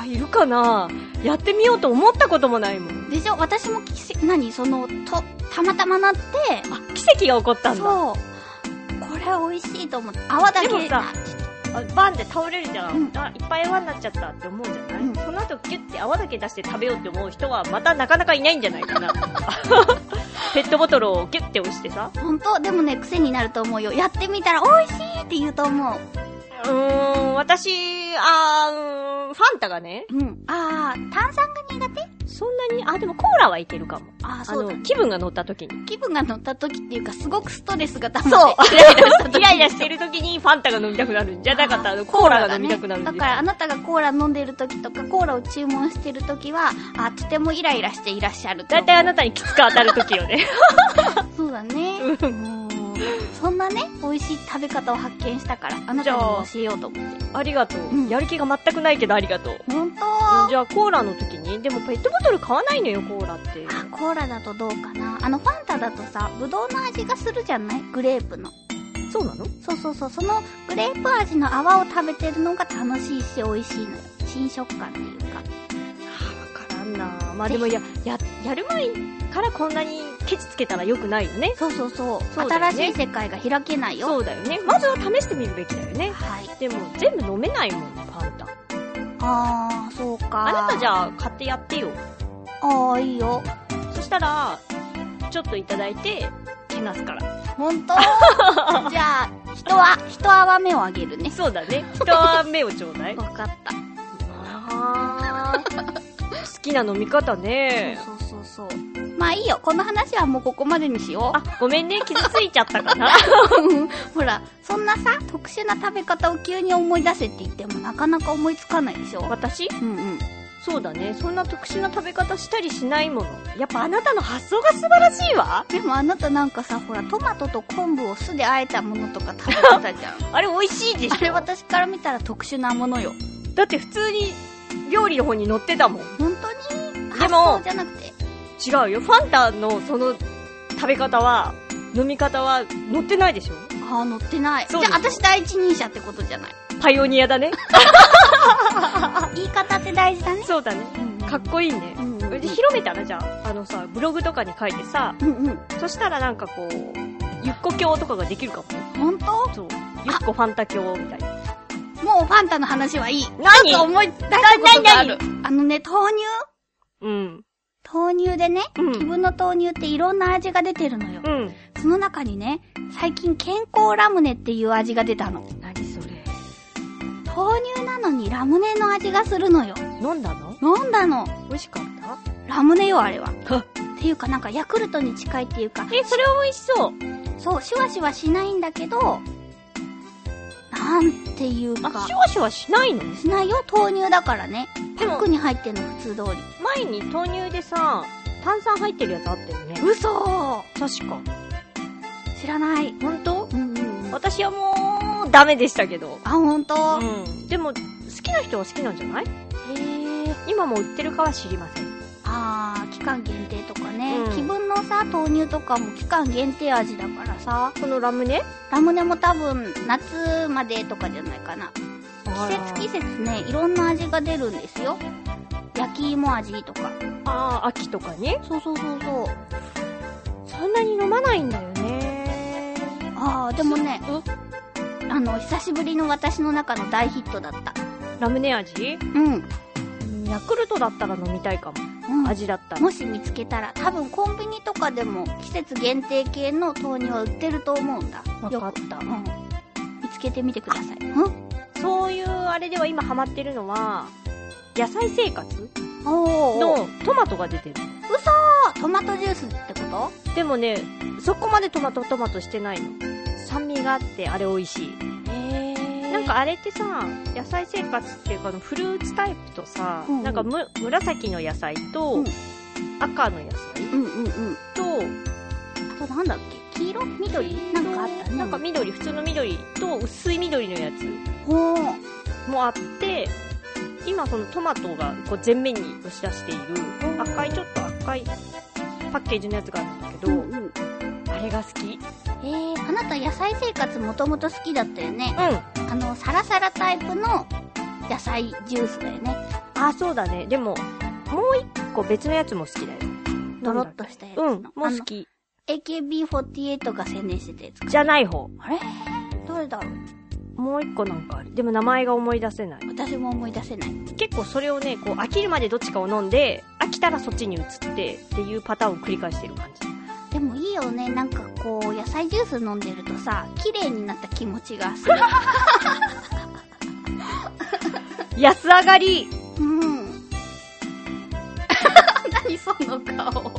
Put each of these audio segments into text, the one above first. あ、いるかなやってみようと思ったこともないもん。でしょ私もきせ、何その、と、たまたまなって、あ、奇跡が起こったんだ。そう。これ美味しいと思って、泡だけ。でもさあバンって倒れるじゃん。うんあ、いっぱい泡になっちゃったって思うじゃない、うんその後ギュッて泡だけ出して食べようって思う人は、またなかなかいないんじゃないか な。ペットボトルをギュッて押してさ。本当でもね、癖になると思うよ。やってみたら美味しいって言うと思う。うーん、私、あー、うーんファンタがね、うん。ああ、炭酸が苦手そんなに、あ、でもコーラはいけるかも。ああ、あそうだの、。気分が乗った時に。気分が乗った時っていうか、すごくストレスが溜まって。そう。イライラした時イイラライイララししててる時にファンタが飲みたくなるんじゃなかった、あの、コーラが飲みたくなるんだですからあなたがコーラ飲んでる時とかコーラを注文してる時はあとてもイライラしていらっしゃるとだいたいあなたにきつく当たる時よね。そうだねうもうそんなね美味しい食べ方を発見したからあなたにも教えようと思って ありがとう、うんやる気が全くないけどありがとう。本当あじゃあコーラの時に、でもペットボトル買わないのよ、コーラって。コーラだとどうかなあのファンタだとさぶどうの味がするじゃないグレープのそうなのそうそうそうそのグレープ味の泡を食べてるのが楽しいし美味しいのよ新食感っていうかわからんなぁまあでもや、や、やる前からこんなにケチつけたらよくないよね。そうそうそうそうだよね新しい世界が開けないよそうだよね。まずは試してみるべきだよね。はいでも全部飲めないもん、パンタ。あーそうかあなたじゃゃあ買ってやってよ。ああ、いいよ。そしたら、ちょっといただいて、けなすから。ほ んとじゃあ、人は、人泡目をあげるね。そうだね。 人は目をちょうだい。わかった。あー 好きな飲み方ね。そうそうそうそう。まあいいよ。この話はもうここまでにしよあ、ごめんね。傷ついちゃった かな。う。 ほら、そんなさ、特殊な食べ方を急に思い出せって言ってもなかなか思いつかないでしょ。私うんうん。そうだね。そんな特殊な食べ方したりしないもの。やっぱあなたの発想が素晴らしいわ。でもあなたなんかさ、ほら、トマトと昆布を酢で和えたものとか食べてたじゃ ん。あれ美味しいであしれょ。私から見たら特殊なものよ。だって普通に料理の方に載ってたもん。違本当にでも発想じゃなくて。うよ。ファンタのその食べ方は、飲み方は載ってないでしょ。ああ、乗ってない。じゃそうあでしょ私第一人者ってことじゃない。パイオニアだね。言い方って大事だね。 そうだね。かっこいいねう。んで広めたらじゃあ、あのさ、ブログとかに書いてさ、うんうん。そしたらなんかこう、ゆっこ教とかができるかもね。本当そう。ゆっこファンタ教みたいな。もうファンタの話はいい。何ちょっと思い出したことがあるな。あのね、豆乳うん。豆乳でね、うん自分の豆乳っていろんな味が出てるのよ。うん。その中にね、最近健康ラムネっていう味が出たの。何それ。豆乳なのにラムネの味がするのよ。飲んだの飲んだの。美味しかっラムネよ、あれは。ったていうかなんかヤクルトに近いっていうか、え、それは美味しそう。そう、シュワシュワしないんだけど、なんていうあ、かシュ、ワシュワしないのしないよ、豆乳だからね。パでもックに入ってんの、普通通り。前に豆乳でさ、炭酸入ってるやつあったよね。嘘確か。知らない。本当うんうんうん。私はもう、ダメでしたけど。あ、ほんとうん。でも、好きな人は好きなんじゃないへー。今も売ってるかは知りません。あー、期間限定とかね。うん気分のさ、豆乳とかも期間限定味だからさ。このラムネラムネも多分、夏までとかじゃないかな。季節季節ね、いろんな味が出るんですよ。焼き芋味とか。ああ、秋とかね。そうそうそうそう。そんなに飲まないんだよね。あー、でもね、うんあの、久しぶりの私の中の大ヒットだった。ラムネ味うん。うんヤクルトだったら飲みたいかも。味だったら。もし見つけたら、多分コンビニとかでも季節限定系の豆乳は売ってると思うんだ。わよかくっ。たう。ん。見つけてみてください。んそういうあれでは今ハマってるのは、野菜生活おー。のトマトが出てる。嘘ートマトジュースってことでもね、そこまでトマトトマトしてないの。酸味があって、あれ美味しい。へーなん、かあれってさ、野菜生活っていうかあの、フルーツタイプとさ、うんうんなんかむ紫の野菜うとん、赤の野菜うんうんうん。と、あとなんだっけ黄色緑なんかあったね。なんか、緑、普通の緑と薄い緑のやつほー。もあって、今そのトマトがこう全面に押し出しているうん赤いちょっと赤いパッケージのやつがあるんだけど、うんうん。あれが好き。うん。えー、あなた野菜生活もともと好きだったよね。あの、サラサラタイプの野菜ジュースだよね。あ、そうだね。でも、もう一個別のやつも好きだよ。ドロッとしたやつうの。ん、もう好き。あの。AKB48 が宣伝してたやつか。じゃない方。あれどれだろうもう一個なんかある。でも名前が思い出せない。私も思い出せない。結構それをね、こう飽きるまでどっちかを飲んで、飽きたらそっちに移ってっていうパターンを繰り返してる感じ。でもいいよね、なんかこう、野菜ジュース飲んでるとさ、綺麗になった気持ちがする。安上がりうん。何その顔。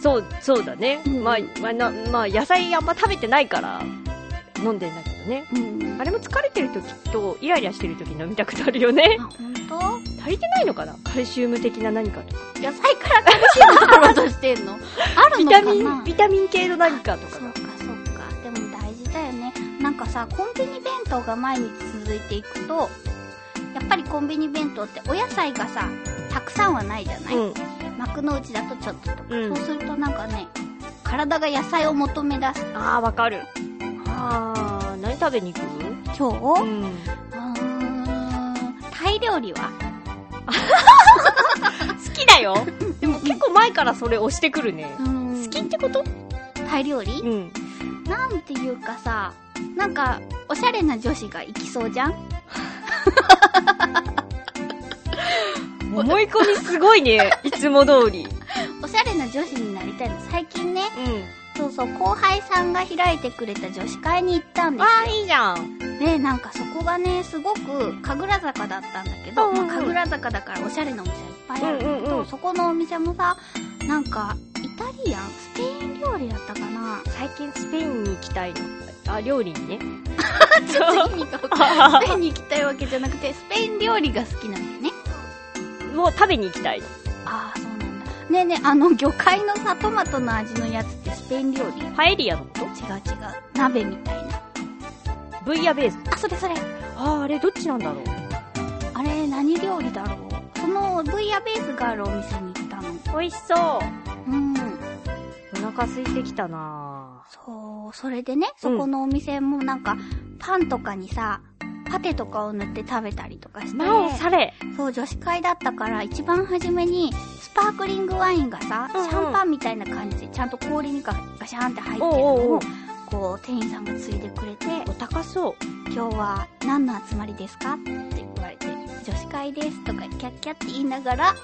そう、そうだね。うんまあ、まあ、なまあ、野菜あんま食べてないから、飲んでんだけどね。うん。ああ、れも疲れてる時と、イライラしてる時飲みたくなるよね。ほんと足りてないのかなカルシウム的な何かとか。野菜から楽しいの取ろうとしてんのあるビのかタなミン、ビタミン系の何かとそかっがか。そっか。でも大事だよね。なんかさ、コンビニ弁当が毎日続いていくと、やっぱりコンビニ弁当ってお野菜がさ、たくさんはないじゃない、うん。幕の内だとちょっととか、うんそうするとなんかね、体が野菜を求め出す。あー、わかる。あー、何食べに行く今日、ううーん。ん、タイ料理は好きだよ。 でも結構前からそれ押してくるね。好好きってことタイ料理、ん。なんていうかさ、なんか、おしゃれな女子が行きそうじゃん思い込みすごい ね。いつも通り。おしゃれな女子になりたいの。最近ね、うん。そうそう、後輩さんが開いてくれた女子会に行ったんであー、いいじゃん。す。で、なんかそこがね、すごく神楽坂だったんだけど、うんうんうんまあ、神楽坂だからおしゃれなお店はいっぱいあるんだけど、うんうんうんそこのお店もさ、なんか、イタリアンスペイン料理だったかな最近スペインに行きたいの。あ、料理にね。ちょっと意味がわかんない。スペインに行きたいわけじゃなくて、スペイン料理が好きなんだよね。もう食べに行きたいの。ああ、そうなんだ。ねえねえ、あの、魚介のさ、トマトの味のやつってスペイン料理違う違う。パエリアのこと鍋みたいな。ブイヤベース。あ、それそれ。あー、あれどっちなんだろう。あれ、何料理だろうその、ブイヤベースがあるお店に行ったの。美味しそう。うん。お腹空いてきたなそう、それでね、そこのお店もなんか、パンとかにさ、パテとかを塗って食べたりとかして、なおされ。そう、女子会だったから、一番初めに、スパークリングワインがさ、うんうんシャンパンみたいな感じで、ちゃんと氷にガガシャンって入ってるのおうおうおをう、こう店員さんがついでくれてお高そう。 「今日は何の集まりですか?」って言われて「女子会です」とかキャッキャって言いなが ら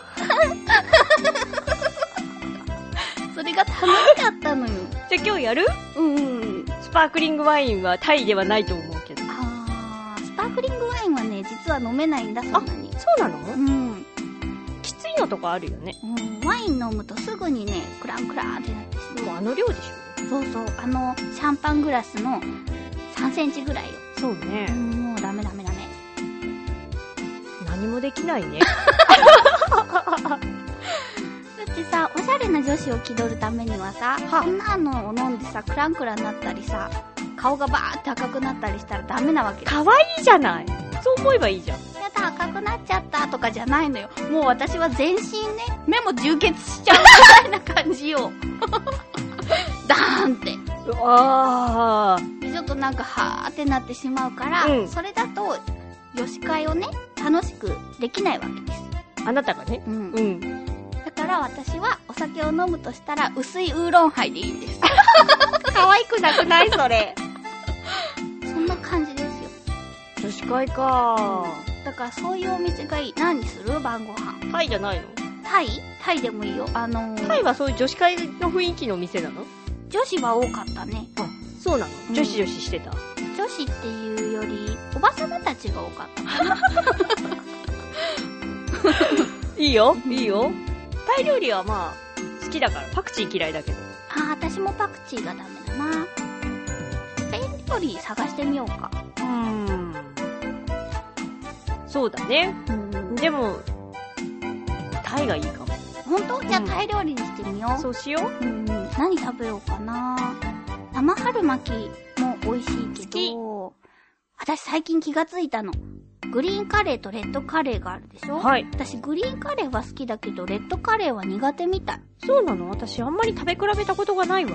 それが楽しかったのよじゃあ今日やるうんうんうんスパークリングワインはタイではないと思うけど。あースパークリングワインはね実は飲めないんだそんなにそうなうのんきついのとかあるよね。うんワイン飲むとすぐにねクランクランってなってしでまもあの量でしうそうそうあのシャンパングラスの3センチぐらいよょそうねうんもうダメダメダメ何もできないね。だってさおしゃれな女子を気取るためにはさこんなのを飲んでさクランクランになったりさ顔がバーって赤くなったりしたらダメなわけよ 可愛いじゃない。そう思えばいいじゃん。やだ赤くなっちゃったとかじゃないのよもう私は全身ね目も充血しちゃう みたいな感じよ ダーンってあでちょっとなんかはーってなってしまうから、うんそれだと女子会をね楽しくできないわけですよ、あ。あなたがね。うんうん。だから私はお酒を飲むとしたら薄いウーロンハイでいいんです可愛くなくないそれ。そんな感じですよ 女子会かだからそういうお店がいい何する晩ご飯タイじゃないのタイタイでもいいよあのータイはそういう女子会の雰囲気の店なの女子は多かったねあ、そうなの、うん女子女子してた。女子っていうよりおばさまたちが多かったいいよ、いいよ。タイ料理はまあ、好きだから。パクチー嫌いだけど。あー私もパクチーがダメだなスペイン料理探してみようかうん。そうだね。うんでも、タイがいいかも。本当じゃあうんタイ料理にしてみようそうしよう。うんうん、何食べようかな生春巻きも美味しいけど、私最近気がついたの。グリーンカレーとレッドカレーがあるでしょい。はい。私グリーンカレーは好きだけど、レッドカレーは苦手みたい。そうなの私あんまり食べ比べたことがないわ。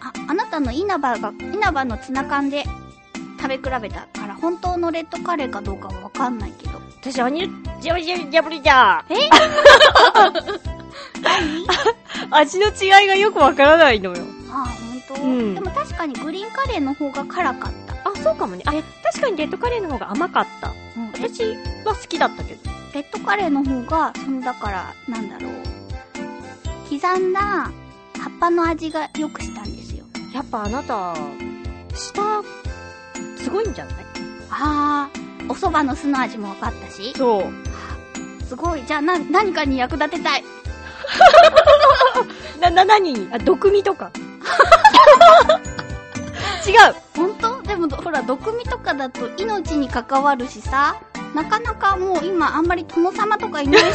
あ、あなたの稲葉が、稲葉のツナ缶で食べ比べたから、本当のレッドカレーかどうかはわかんないけど。私、アニジャブジャブジャブリじゃえ 味の違いがよくわからないのよ。あー、本当、うんでも確かにグリーンカレーの方が辛かった。あ、そうかもね。あ、確かにレッドカレーの方が甘かった。うん、レ私は好きだったけど。レッドカレーの方が、そのだから、なんだろう。刻んだ葉っぱの味が良くしたんですよ。やっぱあなた、舌、すごいんじゃないあー、お蕎麦の酢の味も分かったし。そう。すごい。じゃあ、な、何かに役立てたい。な、な、何にあ、毒味とか。 違う本当でもど、ほら、毒味とかだと命に関わるしさ、なかなかもう今あんまり殿様とかい ないし、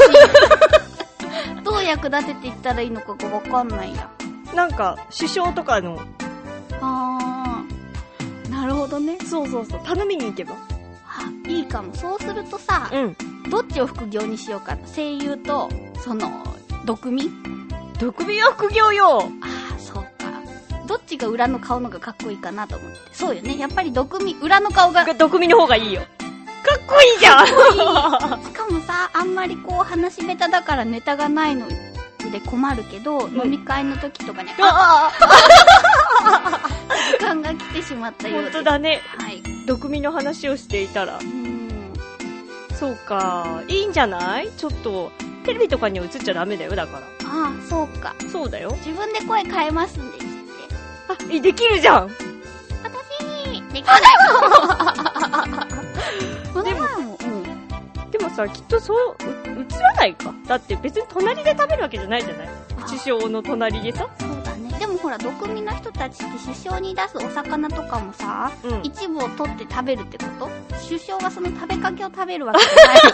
どう役立てていったらいいのかが分かんないや。なんか、首相とかの。あー、なるほどね。そうそうそう。頼みに行けば。あ、いいかも。そうするとさ、うん。どっちを副業にしようか声優と、その、毒味毒味は副業よああ、そうか。どっちが裏の顔のがかっこいいかなと思って。そうよね。やっぱり毒味、裏の顔が。し毒味の方がいいよ。かっこいいじ ゃんかもさ、あんまりこう話し下手だからネタがないので困るけど、ん飲み会の時とかね、あ、 ああ時間が来てしまったよう本で。当。だね。はい。う毒味の話をしていたら。ーん。そうか。いいんじゃないちょっと、テレビとかには映っちゃダメだよ、だかああ、そうか。ら。そうだよ。自分で声変えますんで、切って。あ、えできるじゃん私、できないもん。ででも、うん。でもさ、きっとそう、う映らないか。だって別に隣で食べるわけじゃないじゃない首相の隣でさ。そうだね。でもほら、毒味の人たちって首相に出すお魚とかもさ、うん一部を取って食べるってこと首相がその食べかけを食べるわけじゃないよね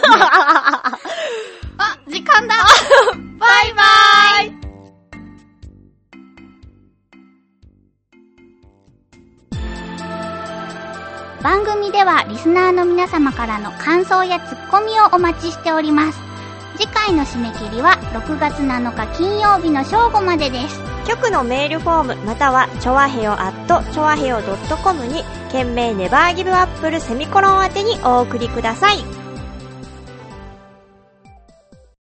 あ、時間だ バイバーイ番組ではリスナーの皆様からの感想やツッコミをお待ちしております。次回の締め切りは6月7日金曜日の正午までです。局のメールフォームまたはチョアヘヨアットチョアヘヨ .com に件名ネバーギブアップルセミコロン宛てにお送りください